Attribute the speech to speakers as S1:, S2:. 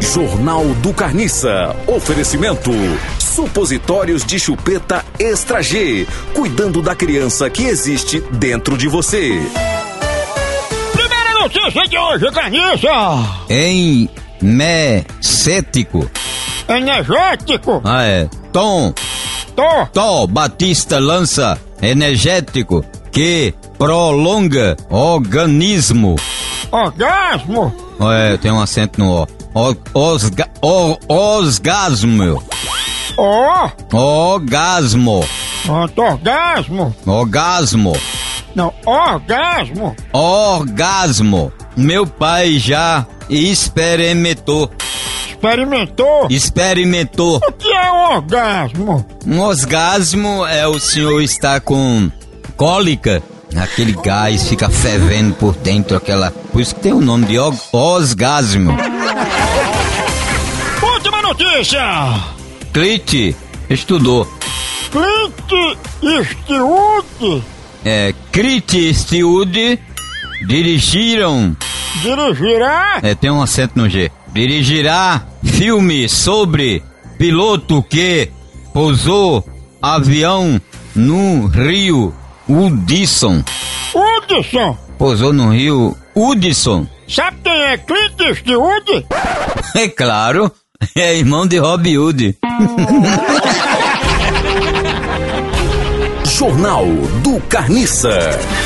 S1: Jornal do Carniça. Oferecimento. Supositórios de chupeta Extra G. Cuidando da criança que existe dentro de você.
S2: Primeira notícia de hoje, Carniça!
S3: Em Mecético.
S2: Energético!
S3: Ah, é. Tom,
S2: Tô!
S3: Tó Batista lança energético que prolonga organismo.
S2: Orgasmo!
S3: Ah, É, tem um acento no O. O- osga- o- Osgasmo.
S2: Ó!
S3: Orgasmo.
S2: Pronto, orgasmo!
S3: Orgasmo.
S2: Não, orgasmo!
S3: Orgasmo. Meu pai já experimentou.
S2: Experimentou!
S3: Experimentou.
S2: O que é um orgasmo?
S3: Um orgasmo é o senhor estar com cólica, aquele gás fica fervendo por dentro, aquela. Por isso que tem o nome de or- orgasmo.
S2: Última notícia!
S3: Clit estudou.
S2: Clint Eastwood
S3: É, Clit e Eastwood dirigiram.
S2: dirigirá
S3: É, tem um acento no G. Dirigirá filme sobre piloto que pousou avião no rio Hudson.
S2: Hudson!
S3: Pousou no rio Hudson.
S2: Sabe quem é Clint Eastwood?
S3: É claro, é irmão de Robin Hood.
S1: Jornal do Carniça.